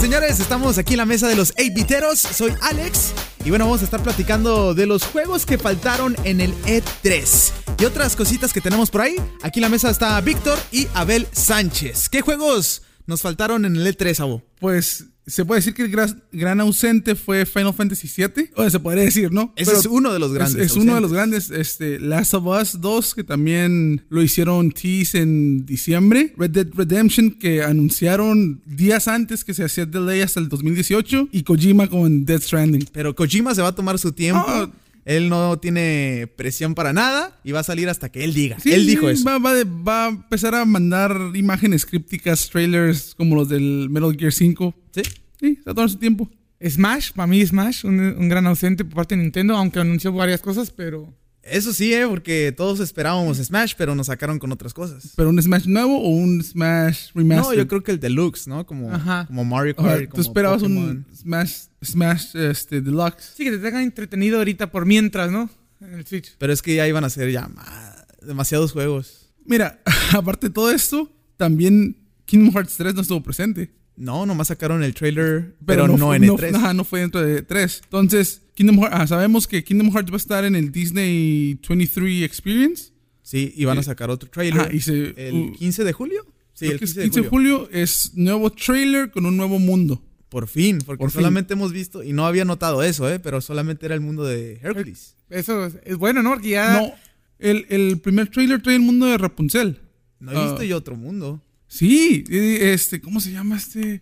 señores, estamos aquí en la mesa de los 8 Soy Alex. Y bueno, vamos a estar platicando de los juegos que faltaron en el E3 y otras cositas que tenemos por ahí. Aquí en la mesa está Víctor y Abel Sánchez. ¿Qué juegos nos faltaron en el E3, Abo? Pues se puede decir que el gran, gran ausente fue Final Fantasy VII. O se podría decir, ¿no? Ese es uno de los grandes. Es, es uno de los grandes. Este, Last of Us 2, que también lo hicieron tease en diciembre. Red Dead Redemption, que anunciaron días antes que se hacía delay hasta el 2018. Y Kojima con Death Stranding. Pero Kojima se va a tomar su tiempo. Ah. Él no tiene presión para nada y va a salir hasta que él diga. él dijo eso. Va, va de- va a empezar a mandar imágenes crípticas, trailers como los del Metal Gear 5. ¿Sí? Sí, está todo su tiempo. Smash, para mí Smash, un, un gran ausente por parte de Nintendo, aunque anunció varias cosas, pero Eso sí, eh, porque todos esperábamos Smash, pero nos sacaron con otras cosas. ¿Pero un Smash nuevo o un Smash No, Remastered? yo creo que el Deluxe, ¿no? Como, Ajá. como Mario Ajá, Kart. Tú como esperabas Pokémon. un Smash, Smash este, Deluxe. sí que te tengan entretenido ahorita por mientras, ¿no? En el Switch. Pero es que ya iban a ser ya ma- demasiados juegos. Mira, aparte de todo esto, también Kingdom Hearts 3 no estuvo presente. No, nomás sacaron el trailer, pero, no, fu- en E E3. ajá, no fue dentro de 3. Entonces, Kingdom Hearts, ah, sabemos que Kingdom Hearts va a estar en el Disney 23 Experience. Sí, y van a Sí. sacar otro trailer. Ajá, y se- ¿El uh, 15 de julio? Sí, Creo el que es 15 de julio. es nuevo trailer con un nuevo mundo. Por fin, porque Por fin. solamente hemos visto, y no había notado eso, ¿eh? Pero solamente era el mundo de Hercules. Eso es, es bueno, ¿no? Porque Ah. ya... No, el, el primer trailer trae el mundo de Rapunzel. No he visto Ah. yo otro mundo. Sí, eh, este, ¿cómo se llama este?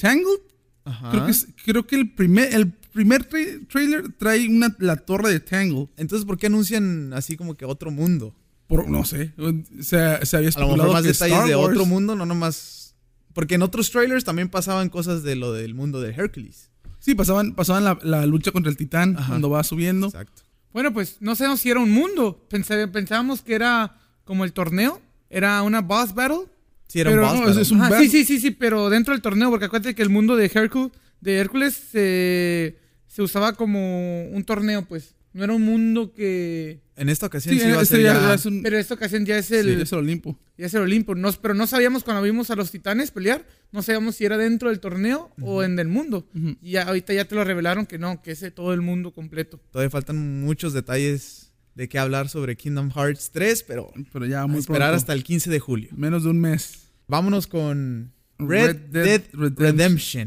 Tangled. Ajá. Creo que, es- creo que el primer, el primer tra- trailer trae una, la torre de Tangle. Entonces, ¿por qué anuncian así como que otro mundo? Por, no sé. Se, se había A lo especulado mejor más que detalles Star de Wars- otro mundo, no nomás... Porque en otros trailers también pasaban cosas de lo del mundo de Hercules. Sí, pasaban, pasaban la, la lucha contra el titán Ajá. cuando va subiendo. Exacto. Bueno, pues no sabemos si era un mundo. Pensé- pensábamos que era como el torneo, era una boss battle. Sí, era un Pero boss no, battle. es un- Ajá, bat- sí, sí, sí, sí, pero dentro del torneo, porque acuérdate que el mundo de Hércules, de Hércules se, se usaba como un torneo, pues. No era un mundo que... En esta ocasión Sí, sí, iba a este ser ya- ya- ya es un- Pero esta ocasión ya es sí, el, es el Olimpo. ya es el Olimpo. No, pero no sabíamos cuando vimos a los titanes pelear, no sabíamos si era dentro del torneo o en el mundo. Ujú. Y ya, ahorita ya te lo revelaron que no, que es de todo el mundo completo. Todavía faltan muchos detalles de qué hablar sobre Kingdom Hearts 3, pero Pero ya a muy esperar pronto. hasta el 15 de julio. Menos de un mes. Vámonos con Red, Red Dead, Dead Redemption.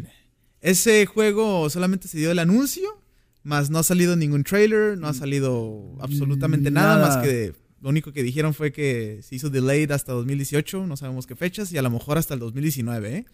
Redemption. Ese juego solamente se dio el anuncio, más no ha salido ningún trailer, no ha salido absolutamente nada, Mm, Nada. más que lo único que dijeron fue que se hizo delayed hasta 2018, no sabemos qué fechas, y a lo mejor hasta el 2019, ¿eh?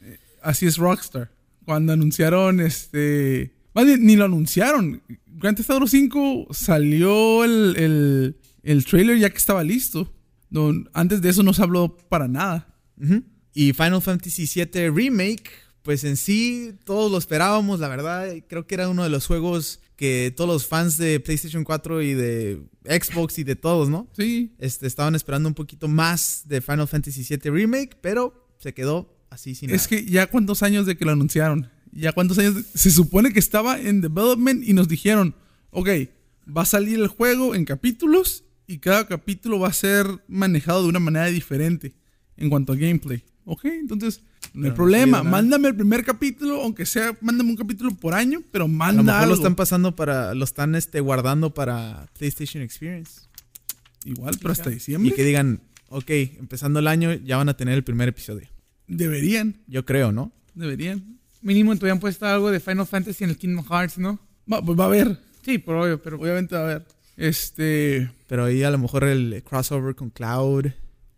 Así es Rockstar. Cuando anunciaron este... más bien, ni lo anunciaron. Grand Theft Auto 5 salió el, el, el trailer ya que estaba listo. No, antes de eso no se habló para nada. Ujú. Y Final Fantasy VII Remake, pues en sí todos lo esperábamos, la verdad. Creo que era uno de los juegos que todos los fans de PlayStation 4 y de Xbox y de todos, ¿no? Sí, Este, estaban esperando un poquito más de Final Fantasy VII Remake, pero se quedó así sin nada. Es que ya cuántos años de que lo anunciaron. Ya cuántos años. de- se supone que estaba en development y nos dijeron, ok, va a salir el juego en capítulos y cada capítulo va a ser manejado de una manera diferente en cuanto a gameplay. Ok, entonces Pero no hay no problema. salió nada. mándame el primer capítulo, aunque sea, mándame un capítulo por año, pero a lo manda mejor lo algo. están pasando para, lo están este, guardando para PlayStation Experience. Igual, pero hasta Y diciembre. que digan, ok, empezando el año ya van a tener el primer episodio. Deberían, Yo creo, ¿no? deberían. Mínimo te habían puesto algo de Final Fantasy en el Kingdom Hearts, ¿no? Va, pues va a haber, Sí, por obvio, pero... obviamente va a haber. Este. Pero ahí a lo mejor el crossover con Cloud,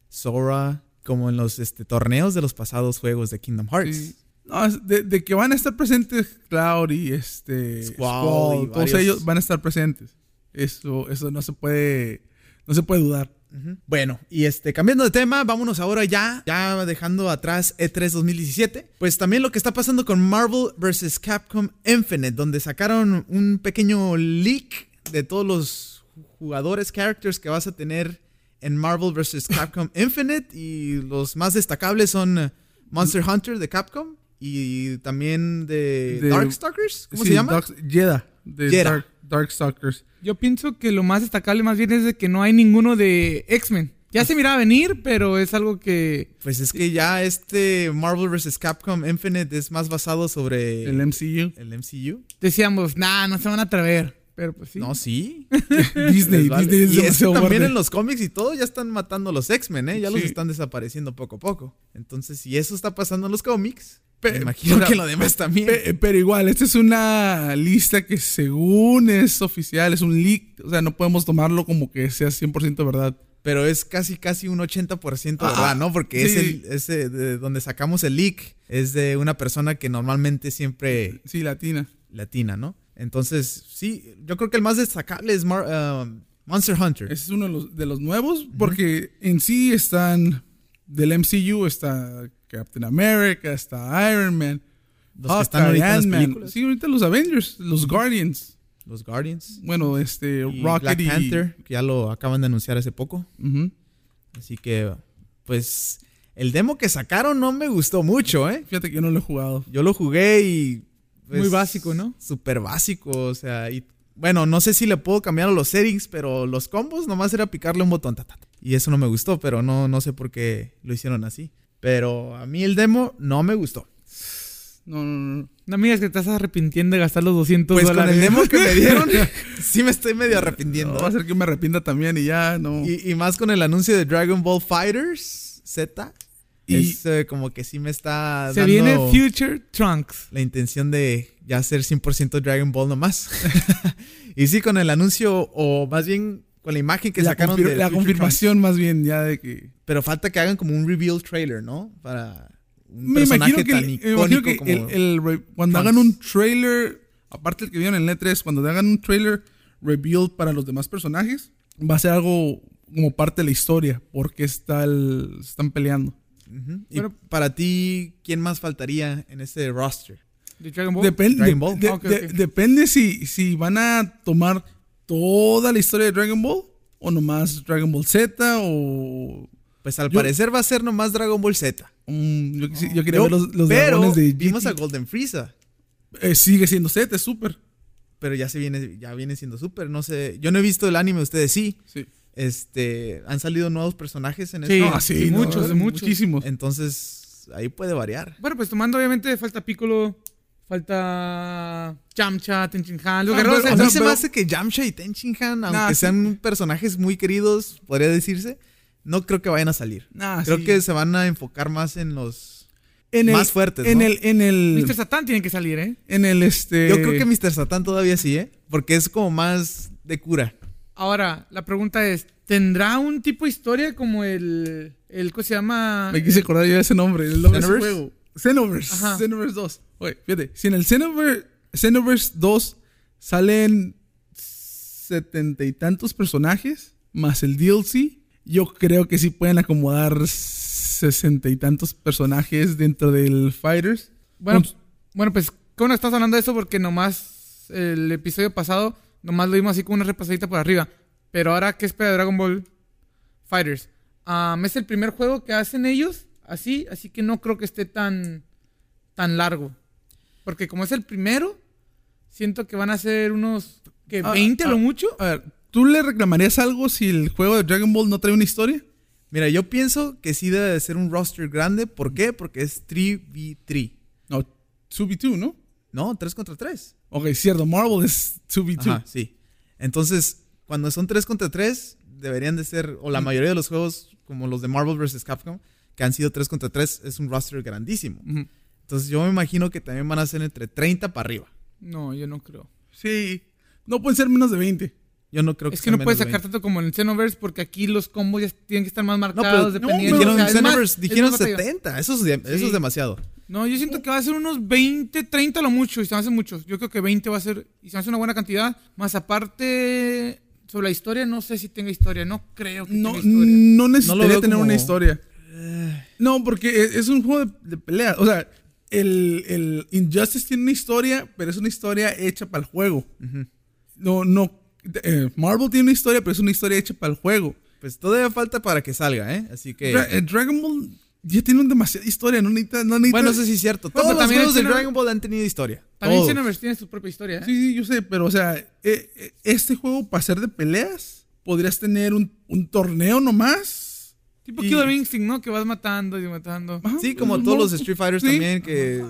Sora, como en los este, torneos de los pasados juegos de Kingdom Hearts. Sí. No, es de, de que van a estar presentes Cloud y este Squall y todos varios- ellos van a estar presentes. Eso, eso no se puede, no se puede dudar. Ujú. Bueno, y este, cambiando de tema, vámonos ahora ya, ya dejando atrás E E3 2017. Pues también lo que está pasando con Marvel vs. Capcom Infinite, donde sacaron un pequeño leak de todos los jugadores, characters que vas a tener en Marvel vs. Capcom Infinite. Y los más destacables son Monster Hunter de Capcom y también de, De- Darkstalkers. ¿Cómo Sí, se llama? Dark- Jedi, de Jedi. Dark, Darkstalkers. Yo pienso que lo más destacable más bien es de que no hay ninguno de X-Men. Ya se miraba venir, pero es algo que. Pues es que ya este Marvel vs. Capcom Infinite es más basado sobre El MCU. el MCU. Decíamos, nah, no se van a atrever. Pero pues sí. No, sí. Disney, Les vale. Disney y es es que demasiado también verde. en los cómics y todo ya están matando a los X-Men, ¿eh? Ya los Sí. están desapareciendo poco a poco. Entonces, si eso está pasando en los cómics, Pe- me imagino o sea, que lo demás también. Pe- eh, pero igual, esta es una lista que según es oficial, es un leak. O sea, no podemos tomarlo como que sea 100% verdad. pero es casi, casi un 80%, Ah, ¿verdad? ¿No? Porque es sí. el, ese de donde sacamos el leak es de una persona que normalmente siempre Sí, latina. latina, ¿no? Entonces, sí, yo creo que el más destacable es Mar- um, Monster Hunter. Ese es uno de los, de los nuevos porque en sí están del MCU, está Captain America, está Iron Man. los que están Hawkeye, ahorita en las Ant-Man. películas. Sí, ahorita los Avengers, los Guardians. Los Guardians. Bueno, este, Y Rocket Black y... Panther, que ya lo acaban de anunciar hace poco. Ujú. Así que, pues, el demo que sacaron no me gustó mucho, ¿eh? Fíjate que yo no lo he jugado. Yo lo jugué y... pues, Muy básico, ¿no? Súper básico, o sea, y... Bueno, no sé si le puedo cambiar a los settings, pero los combos nomás era picarle un botón. ta, ta, ta. Y eso no me gustó, pero no, no sé por qué lo hicieron así. Pero a mí el demo no me gustó. No, no, no, no. No me digas que te estás arrepintiendo de gastar los 200 Pues con dólares. el demo que me dieron, sí me estoy medio arrepintiendo. No, va a ser que me arrepienta también y ya no. Y, y más con el anuncio de Dragon Ball Fighters Z. Y- es eh, como que sí me está Se dando viene Future Trunks. la intención de ya hacer 100% Dragon Ball nomás. y sí, con el anuncio, o más bien con la imagen que la sacaron confir- del la Future confirmación más bien ya de que... Trunks. Pero falta que hagan como un reveal trailer, ¿no? Para un Me personaje imagino que, tan el- me icónico imagino que como... el- el re- cuando Trunks. hagan un trailer, aparte el que vieron en el E3, cuando hagan un trailer reveal para los demás personajes, va a ser algo como parte de la historia, porque está el- se están peleando. Ujú. Y Pero- para ti, ¿quién más faltaría en este roster? De Dragon Ball. Depen- Dragon de- Ball. de- Ah, ok, de- ok. Depende si, si van a tomar toda la historia de Dragon Ball o nomás Dragon Ball Z o... Pues al Yo- parecer va a ser nomás Dragon Ball Z. mm, yo, quisi- yo quería Yo- ver los, los pero dragones de vimos GT. a Golden Frieza. Eh, sigue siendo Z, es súper. Pero ya se viene, ya viene siendo súper. No sé. Yo no he visto el anime, ustedes sí. Sí. Este. Han salido nuevos personajes en Sí. este. No, sí, muchos, no, muchos. Muchísimos. Entonces. Ahí puede variar. Bueno, pues tomando, obviamente, falta Piccolo, falta Chamcha, Tenchinhan, los Ah, guerreros. pero- a o sea, mí se me pero- hace que Yamcha y Tenchinhan, aunque Nah, sí. sean personajes muy queridos, podría decirse, no creo que vayan a salir. Ah, Nah, creo Ah, sí. que se van a enfocar más en los. en el, más fuertes, En ¿no? el, en Mr. el, Satan tiene que salir, ¿eh? en el, este. Yo creo que Mr. Satan todavía sí, ¿eh? Porque es como más de cura. Ahora, la pregunta es, ¿tendrá un tipo de historia como el... el ¿Cómo se llama? Me quise acordar yo de ese nombre, el nombre del ¿Xenoverse? juego. Xenoverse. Ajá. Xenoverse 2. Oye, fíjate, si en el Xenoverse, Xenoverse 2 salen setenta y tantos personajes, más el DLC, yo creo que sí pueden acomodar sesenta y tantos personajes dentro del Fighters. Bueno, Con- bueno, pues, ¿cómo no estás hablando de eso? Porque nomás el episodio pasado, nomás lo vimos así con una repasadita por arriba. Pero ahora, ¿qué espera de Dragon Ball Fighters? es el primer juego que hacen ellos, así, así que no creo que esté tan, tan largo. Porque como es el primero, siento que van a ser unos, que Ah, 20 a lo ah, mucho. a ver, ¿tú le reclamarías algo si el juego de Dragon Ball no trae una historia? Mira, yo pienso que sí debe de ser un roster grande. ¿Por qué? Porque es 3v3. No, 2v2, ¿no? No, 3 contra 3. Ok, cierto, Marvel es 2v2. Ajá, sí. Entonces, cuando son 3 contra 3, deberían de ser, o la mayoría de los juegos, como los de Marvel vs. Capcom, que han sido 3 contra 3, es un roster grandísimo. Ujú. Entonces, yo me imagino que también van a ser entre 30 para arriba. No, yo no creo. Sí. No pueden ser menos de 20. Yo no creo que Es que no sea puedes menos sacar de tanto como en el Xenoverse porque aquí los combos ya tienen que estar más 20. No, pero marcados no, dependiendo. dijeron, o sea, es más- Xenoverse, es dijeron más batalla. 70. Eso es, de- eso Sí. es demasiado. No, yo siento que va a ser unos 20, 30 lo mucho, y se me hace mucho. Yo creo que 20 va a ser, y se me hace una buena cantidad. Más aparte, sobre la historia, no sé si tenga historia, no creo que No, tenga historia. no necesitaría veo tener como- una historia. No, porque e, es, es un juego de, de pelea. O sea, el, el Injustice tiene una historia, pero es una historia hecha para el juego. No, no. eh, Marvel tiene una historia, pero es una historia hecha para el juego. Pues todavía falta para que salga, ¿eh? Así que. Dra- eh, Dragon Ball ya tiene un demasiada historia. No necesita. No necesita Bueno, eso sí es cierto. Todos los también juegos de tiene- Dragon Ball han tenido historia. También Todos. Xenoverse tiene su propia historia, ¿eh? Sí, sí, yo sé, pero o sea, eh, eh, este juego para ser de peleas, podrías tener un, un torneo nomás Tipo Y- Killer Instinct, ¿no? Que vas matando y matando. Ajá, Sí, como pues, todos no. los Street Fighters Sí. también, que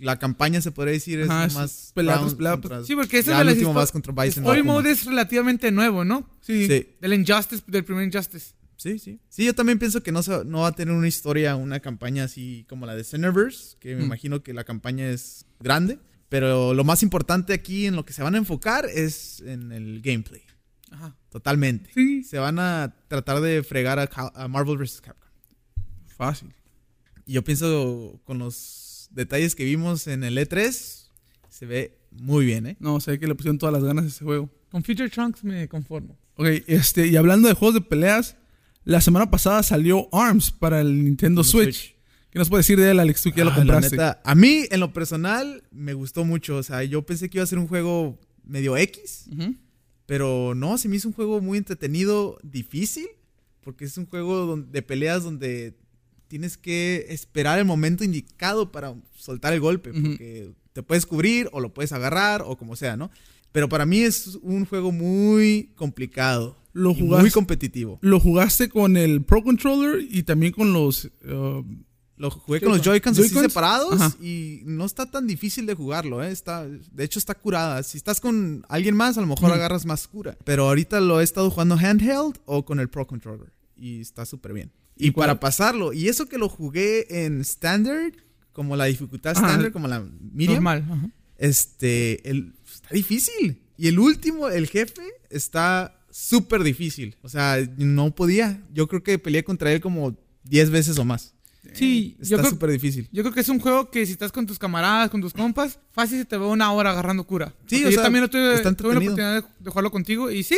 la campaña se podría decir es Ajá, es más pelados, round pelados. contra- Sí, porque ese ya de el las último histo- vas contra Bison. Story Akuma. Mode es relativamente nuevo, ¿no? Sí. Sí. Del Injustice, del primer Injustice. Sí, sí. Sí, yo también pienso que no, se- no va a tener una historia, una campaña así como la de Cineverse, que me Mm. imagino que la campaña es grande. Pero lo más importante aquí en lo que se van a enfocar es en el gameplay. Ajá. Totalmente. Sí. Se van a tratar de fregar a, Ca- a Marvel vs. Capcom. Fácil. Y yo pienso con los detalles que vimos en el E3, se ve muy bien, ¿eh? No, sé que le pusieron todas las ganas a ese juego. Con Future Trunks me conformo. Ok, este, y hablando de juegos de peleas, la semana pasada salió ARMS para el Nintendo Switch. ¿Qué nos puedes decir de él, Alex? Tú que ya lo Ah, compraste. la neta, a mí, en lo personal, me gustó mucho. O sea, yo pensé que iba a ser un juego medio X. Ujú. Pero no, se me hizo un juego muy entretenido, difícil, porque es un juego don- de peleas donde tienes que esperar el momento indicado para soltar el golpe, Ujú. porque te puedes cubrir o lo puedes agarrar o como sea, ¿no? Pero para mí es un juego muy complicado, Lo y jugaste. muy competitivo. Lo jugaste con el Pro Controller y también con los. uh, Lo jugué con los Joy-Cons así Joy-Cons. separados Ajá. y no está tan difícil de jugarlo, ¿eh? Está, de hecho, está curada. Si estás con alguien más, a lo mejor Ujú. agarras más cura. Pero ahorita lo he estado jugando handheld o con el Pro Controller y está súper bien. Y, ¿Y cuál? para pasarlo, y eso que lo jugué en Standard, como la dificultad Ajá. Standard, como la medium, Normal. ajá. este, el, está difícil. Y el último, el jefe, está súper difícil. O sea, no podía. Yo creo que peleé contra él como 10 veces o más. Sí, yo Está creo, súper difícil. yo creo que es un juego que si estás con tus camaradas, con tus compas, fácil se te ve una hora agarrando cura. Sí, Porque o yo sea, también lo tuve, está tuve la entretenido. oportunidad de, de jugarlo contigo y sí,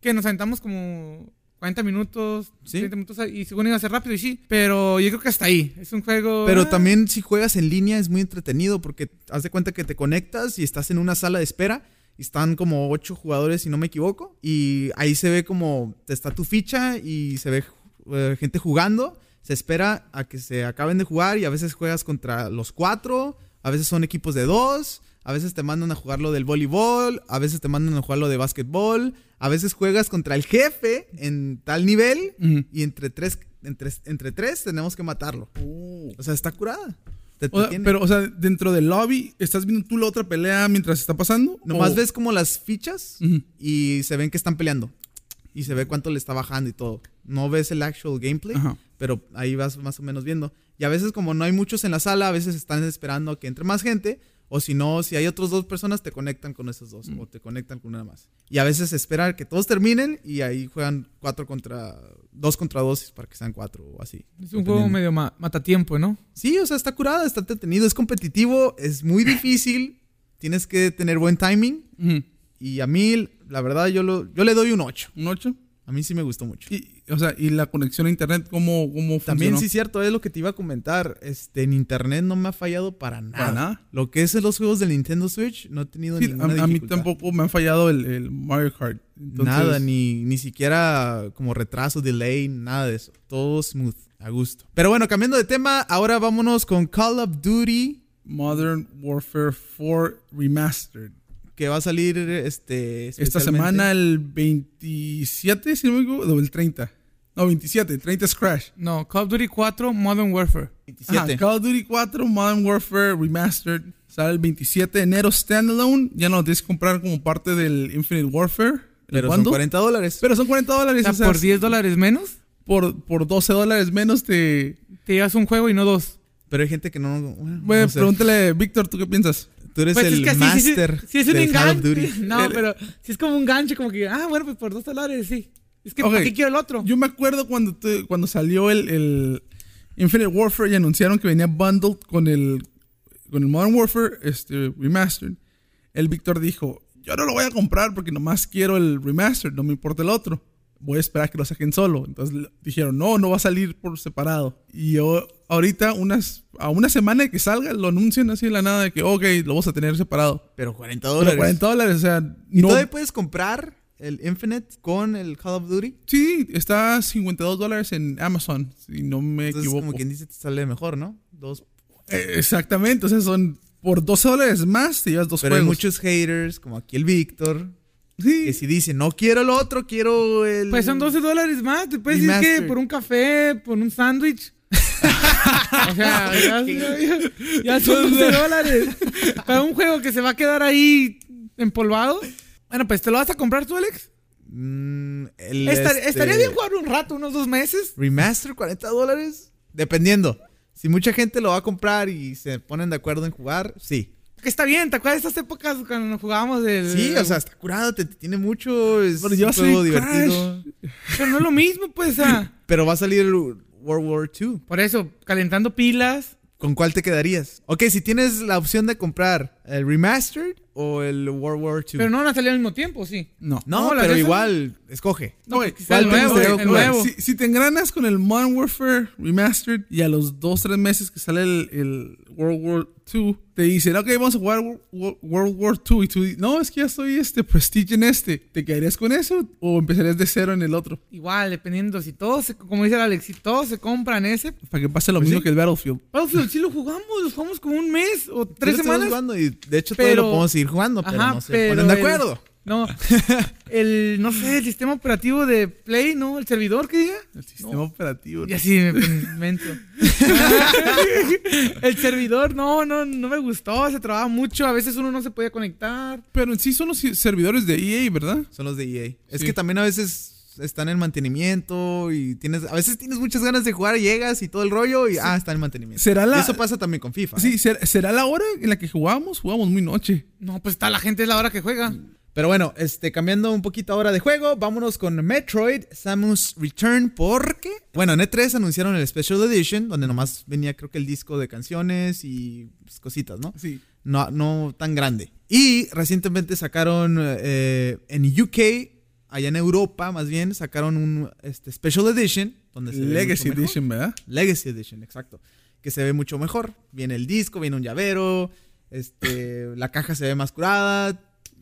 que nos aventamos como 40 minutos, Sí. 30 minutos y según iba a ser rápido y sí, pero yo creo que hasta ahí. Es un juego... Pero ah, también si juegas en línea es muy entretenido porque haz de cuenta que te conectas y estás en una sala de espera y están como ocho jugadores si no me equivoco y ahí se ve como te está tu ficha y se ve eh, gente jugando, se espera a que se acaben de jugar y a veces juegas contra los cuatro, a veces son equipos de dos, a veces te mandan a jugar lo del voleibol, a veces te mandan a jugar lo de básquetbol, a veces juegas contra el jefe en tal nivel ujú. y entre tres, entre, entre tres tenemos que matarlo. O sea, está curada. Te O sea, entretiene. pero, o sea, dentro del lobby, ¿estás viendo tú la otra pelea mientras está pasando? Nomás ¿O- ves como las fichas Ujú. y se ven que están peleando. Y se ve cuánto le está bajando y todo. No ves el actual gameplay, Ajá. pero ahí vas más o menos viendo. Y a veces como no hay muchos en la sala, a veces están esperando a que entre más gente. O si no, si hay otras dos personas, te conectan con esas dos. O te conectan con una más. Y a veces esperar que todos terminen y ahí juegan cuatro contra... Dos contra dos para que sean cuatro o así. Es un juego dependiendo. medio ma- matatiempo, ¿no? Sí, o sea, está curada, está entretenido, es competitivo, es muy difícil, tienes que tener buen timing Ujú. y a mí, la verdad, yo, lo, yo le doy un 8. ¿Un 8? A mí sí me gustó mucho. Y, o sea, ¿y la conexión a internet cómo, cómo También funcionó? sí es cierto, es lo que te iba a comentar, este, en internet no me ha fallado para nada. Para nada. Lo que es los juegos del Nintendo Switch no he tenido Sí, ninguna a, a mí dificultad. tampoco me han fallado el, el Mario Kart. Entonces, nada, ni, ni siquiera como retraso, delay, nada de eso. Todo smooth, a gusto. Pero bueno, cambiando de tema, ahora vámonos con Call of Duty Modern Warfare 4 Remastered. que va a salir este Esta especialmente. semana el 27, si no me equivoco, o el 30. No, 27, 30 es Crash. No, Call of Duty 4 Modern Warfare. 27. Ajá, Call of Duty 4 Modern Warfare Remastered sale el 27 de enero standalone. Ya no lo tienes que comprar como parte del Infinite Warfare. el pero son bundle. 40 dólares. Pero son 40 O dólares. sea, o sea, por 10 dólares menos, por, por 12 dólares menos te... te llevas un juego y no dos. Pero hay gente que no. Bueno, Bueno, no sé. pregúntale, Víctor, ¿tú qué piensas? Tú eres el pues así, master. Si, si es un del Call of Duty. enganche. No, pero si es como un gancho, como que, ah, bueno, pues por dos dólares, sí. Es que, Ok. ¿para qué quiero el otro? Yo me acuerdo cuando, te- cuando salió el, el Infinite Warfare y anunciaron que venía bundled con el, con el Modern Warfare este, Remastered. El Víctor dijo, yo no lo voy a comprar porque nomás quiero el Remastered, no me importa el otro. Voy a esperar a que lo saquen solo. Entonces le- dijeron, no, no va a salir por separado. Y yo ahorita, unas, a una semana de que salga, lo anuncian así de la nada de que, ok, lo vas a tener separado. Pero 40 Pero dólares. 40 dólares, o sea, Y no... todavía puedes comprar el Infinite con el Call of Duty. Sí, está 52 dólares en Amazon, si no me Entonces, equivoco. como quien dice, te sale mejor, ¿no? Dos. Eh, Exactamente, o sea, son por 12 dólares más te llevas dos Pero hay juegos. muchos haters, como aquí el Víctor, Sí. Que si dice, no quiero lo otro, quiero el. Pues son 12 dólares más. Te puedes Y decir que Master. por un café, por un sándwich. o sea, ya, ya- ya son 12 dólares. Para un juego que se va a quedar ahí empolvado. Bueno, pues te lo vas a comprar tú, Alex. Mm, el, Estar- este, Estaría bien jugarlo un rato, unos dos meses. Remaster, 40 dólares. Dependiendo. Si mucha gente lo va a comprar y se ponen de acuerdo en jugar, sí. Que está bien, ¿te acuerdas de esas épocas cuando nos jugábamos del. Sí, o sea, está curado, te, te tiene mucho. Es Bueno, yo un juego soy Crash. divertido. Pero no es lo mismo, pues. ah. Pero va a salir el World War II. Por eso, calentando pilas. ¿Con cuál te quedarías? Ok, si tienes la opción de comprar el Remastered o el World War II. Pero no van a salir al mismo tiempo, sí. No. No, No, las pero dos son- igual, escoge. No, güey. Quizá el ¿Cuál te nuevo, gustaría el jugar? nuevo. Si, si te engranas con el Modern Warfare Remastered y a los 2-3 meses que sale el, el World War II, te dicen, ok, vamos a jugar Wo- Wo- World War II. Y tú dices, no, es que ya estoy este prestige en este. ¿Te quedarías con eso o empezarías de cero en el otro? Igual, dependiendo si todos, se- como dice el Alex, si todos se compran ese. Para que pase lo Pues mismo sí. que el Battlefield. Battlefield sí lo jugamos, lo jugamos como un mes o Sí lo tres estamos semanas. jugando y de hecho pero- todos lo podemos seguir jugando, pero Ajá, no se pero ponen de el- acuerdo. No, el, no sé, el sistema operativo de Play, ¿no? El servidor que diga. El sistema operativo. Y así me invento. el servidor, no, no, no me gustó, se trababa mucho, a veces uno no se podía conectar. Pero en sí son los servidores de EA, ¿verdad? Son los de EA. Es Sí. que también a veces están en mantenimiento y tienes a veces tienes muchas ganas de jugar, llegas y todo el rollo y ah, están en mantenimiento. ¿Será la- Eso pasa también con FIFA. ¿eh? Sí, ¿ser- ¿será la hora en la que jugábamos? Jugábamos muy noche. No, pues está la gente es la hora que juega. Pero bueno, este cambiando un poquito ahora de juego, vámonos con Metroid Samus Return porque bueno, en E3 anunciaron el Special Edition donde nomás venía creo que el disco de canciones y pues, cositas, ¿no? Sí. no, no tan grande. Y recientemente sacaron eh, en UK, allá en Europa más bien, sacaron un este, Special Edition. Donde se ve Legacy mucho mejor. Edition, ¿verdad? Legacy Edition, exacto. Que se ve mucho mejor. Viene el disco, viene un llavero, este, la caja se ve más curada.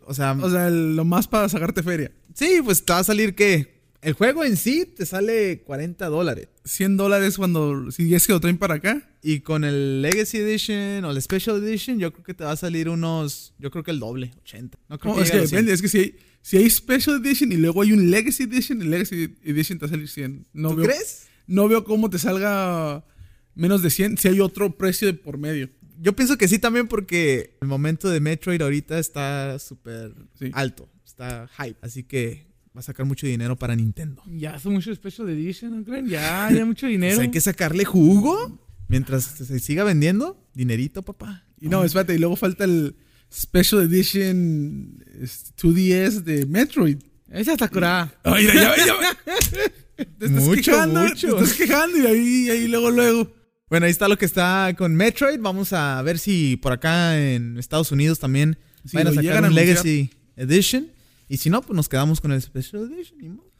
O sea, O sea, el- lo más para sacarte feria. sí, pues te va a salir que el juego en sí te sale 40 dólares. 100 dólares cuando, si es que lo traen para acá. Y con el Legacy Edition o el Special Edition, yo creo que te va a salir unos, yo creo que el doble, 80. No creo No, que es llegue que a los 100. depende, es que si hay, si hay Special Edition y luego hay un Legacy Edition, el Legacy Edition te va a salir 100. No ¿Tú veo, crees? No veo cómo te salga menos de 100 si hay otro precio de por medio. Yo pienso que sí también porque el momento de Metroid ahorita está súper Sí. alto, está hype, así que va a sacar mucho dinero para Nintendo. Ya hace mucho Special Edition, ¿no creen? Ya, ya mucho O dinero. sea, hay que sacarle jugo mientras se siga vendiendo, dinerito, papá. Y no, espérate, y luego falta el Special Edition este, 2DS de Metroid. Esa está curada. Ay, ya, ya, ya. Te estás Mucho, quejando, mucho. Te estás quejando y ahí, ahí luego, luego. Bueno, ahí está lo que está con Metroid. Vamos a ver si por acá en Estados Unidos también Si van a lo sacar llegan un a anunciar. Legacy Edition. Y si no, pues nos quedamos con el Special Edition. ni modo.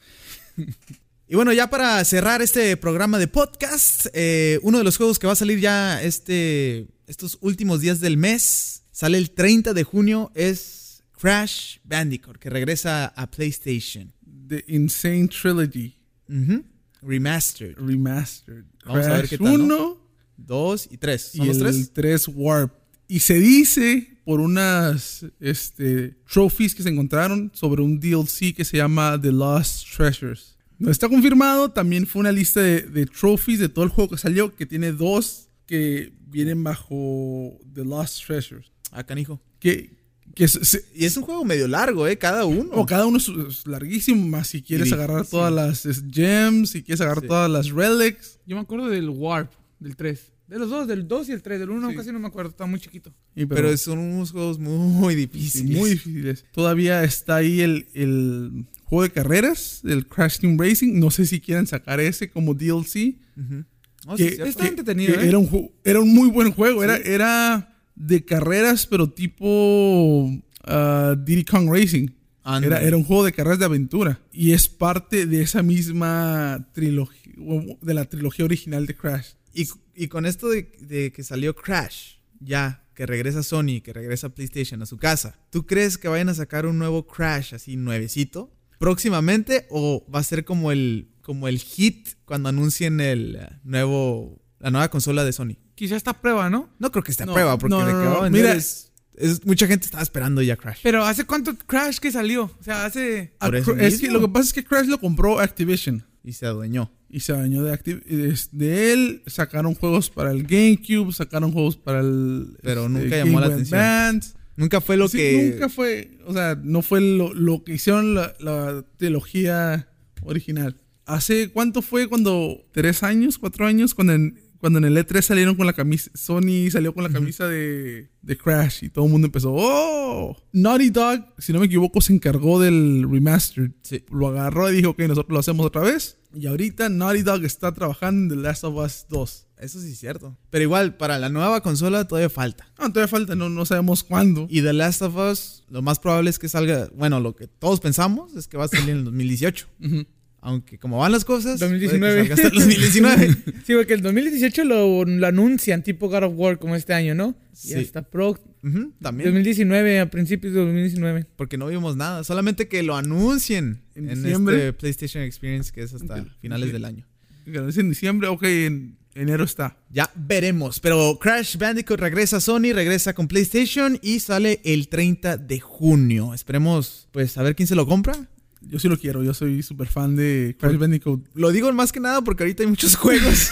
y bueno, ya para cerrar este programa de podcast, eh, uno de los juegos que va a salir ya este, estos últimos días del mes, sale el 30 de junio, es Crash Bandicoot, que regresa a PlayStation. The Insane Trilogy Ujú. Remastered. Remastered. Vamos a ver qué Crash tal, ¿no? 1, Dos y tres. ¿Son y los el tres? 3 Warp. Y se dice por unas este, trophies que se encontraron sobre un DLC que se llama The Lost Treasures. No está confirmado, también fue una lista de, de trophies de todo el juego que salió, que tiene dos que vienen bajo The Lost Treasures. Ah, canijo. Que, que se- se- Y es un juego medio largo, ¿eh? Cada uno. o cada uno es, es larguísimo, más si quieres Sí, agarrar todas las es, gems, si quieres agarrar Sí. todas las relics. Yo me acuerdo del Warp, del 3. De los dos, del 2 y el 3. Del 1 casi no me acuerdo, estaba muy chiquito. Y Pero, son unos juegos muy Sí, difíciles. muy difíciles. Todavía está ahí el, el juego de carreras, el Crash Team Racing. No sé si quieran sacar ese como DLC. Ujú. No, Que- sí, cierto. Está entretenido, que ¿eh? era, un ju- era un muy buen juego. Era, era de carreras, pero tipo ah, Diddy Kong Racing. Ándale. Era, era un juego de carreras de aventura. Y es parte de esa misma trilogía, de la trilogía original de Crash. Y, y con esto de, de que salió Crash, ya, que regresa Sony, que regresa PlayStation a su casa, ¿tú crees que vayan a sacar un nuevo Crash así nuevecito próximamente o va a ser como el, como el hit cuando anuncien el eh, nuevo, la nueva consola de Sony? Quizá esta prueba, ¿no? No creo que esté a No, prueba porque no, de no, que no, va a no. vender Mira, es es- mucha gente estaba esperando ya Crash. Pero ¿hace cuánto Crash que salió? O sea, hace... A Por eso Cra- es que mismo. lo que pasa es que Crash lo compró Activision Y se adueñó. y se dañó de, Activ- de, de él. Sacaron juegos para el GameCube, sacaron juegos para el. este, Pero nunca llamó la Boy atención. Advance. Nunca fue lo Sí, que. Nunca fue. O sea, no fue lo, lo que hicieron la, la trilogía original. ¿Hace cuánto fue cuando. ¿Tres años? ¿Cuatro años? Cuando en, cuando en el E3 salieron con la camisa. Sony salió con la camisa de, de Crash y todo el mundo empezó. ¡Oh! Naughty Dog, si no me equivoco, se encargó del remastered. Sí. Lo agarró y dijo, ok, nosotros lo hacemos otra vez. Y ahorita Naughty Dog está trabajando en The Last of Us 2. Eso sí es cierto. Pero igual, para la nueva consola todavía falta. Ah, todavía falta, no, no sabemos cuándo. Y The Last of Us, lo más probable es que salga. Bueno, lo que todos pensamos es que va a salir en el 2018. Ujú. Aunque como van las cosas. puede que 2019. salga hasta el 2019. Sí, porque el 2018 lo, lo anuncian tipo God of War como este año, ¿no? Sí. Y hasta Pro Ujú, también. 2019, a principios de 2019. Porque no vimos nada. Solamente que lo anuncien En en, diciembre. este PlayStation Experience que es hasta finales del año. Claro, Es en diciembre, ok, en enero está. Ya veremos. Pero Crash Bandicoot regresa a Sony, regresa con PlayStation y sale el 30 de junio. Esperemos, pues, a ver quién se lo compra. Yo sí lo quiero, yo soy súper fan de Crash Bandicoot. Lo digo más que nada porque ahorita hay muchos juegos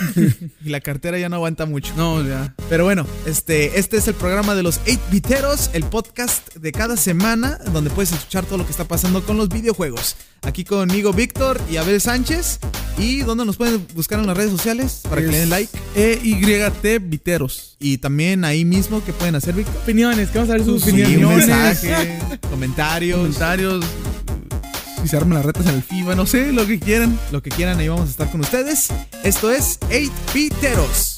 y la cartera ya no aguanta mucho. No, ya. Pero bueno, este, este es el programa de los 8-biteros, el podcast de cada semana donde puedes escuchar todo lo que está pasando con los videojuegos. Aquí conmigo Víctor y Abel Sánchez. ¿Y dónde nos pueden buscar en las redes sociales para que le den like? E EYT Viteros. Y también ahí mismo, ¿qué pueden hacer, Víctor? Opiniones, queremos saber sus Sus Sí, opiniones. un opiniones. mensaje, comentarios, Comentarios. Si se arman las retas en el FIBA, no sé, lo que quieran. lo que quieran, ahí vamos a estar con ustedes. Esto es 8 Piteros.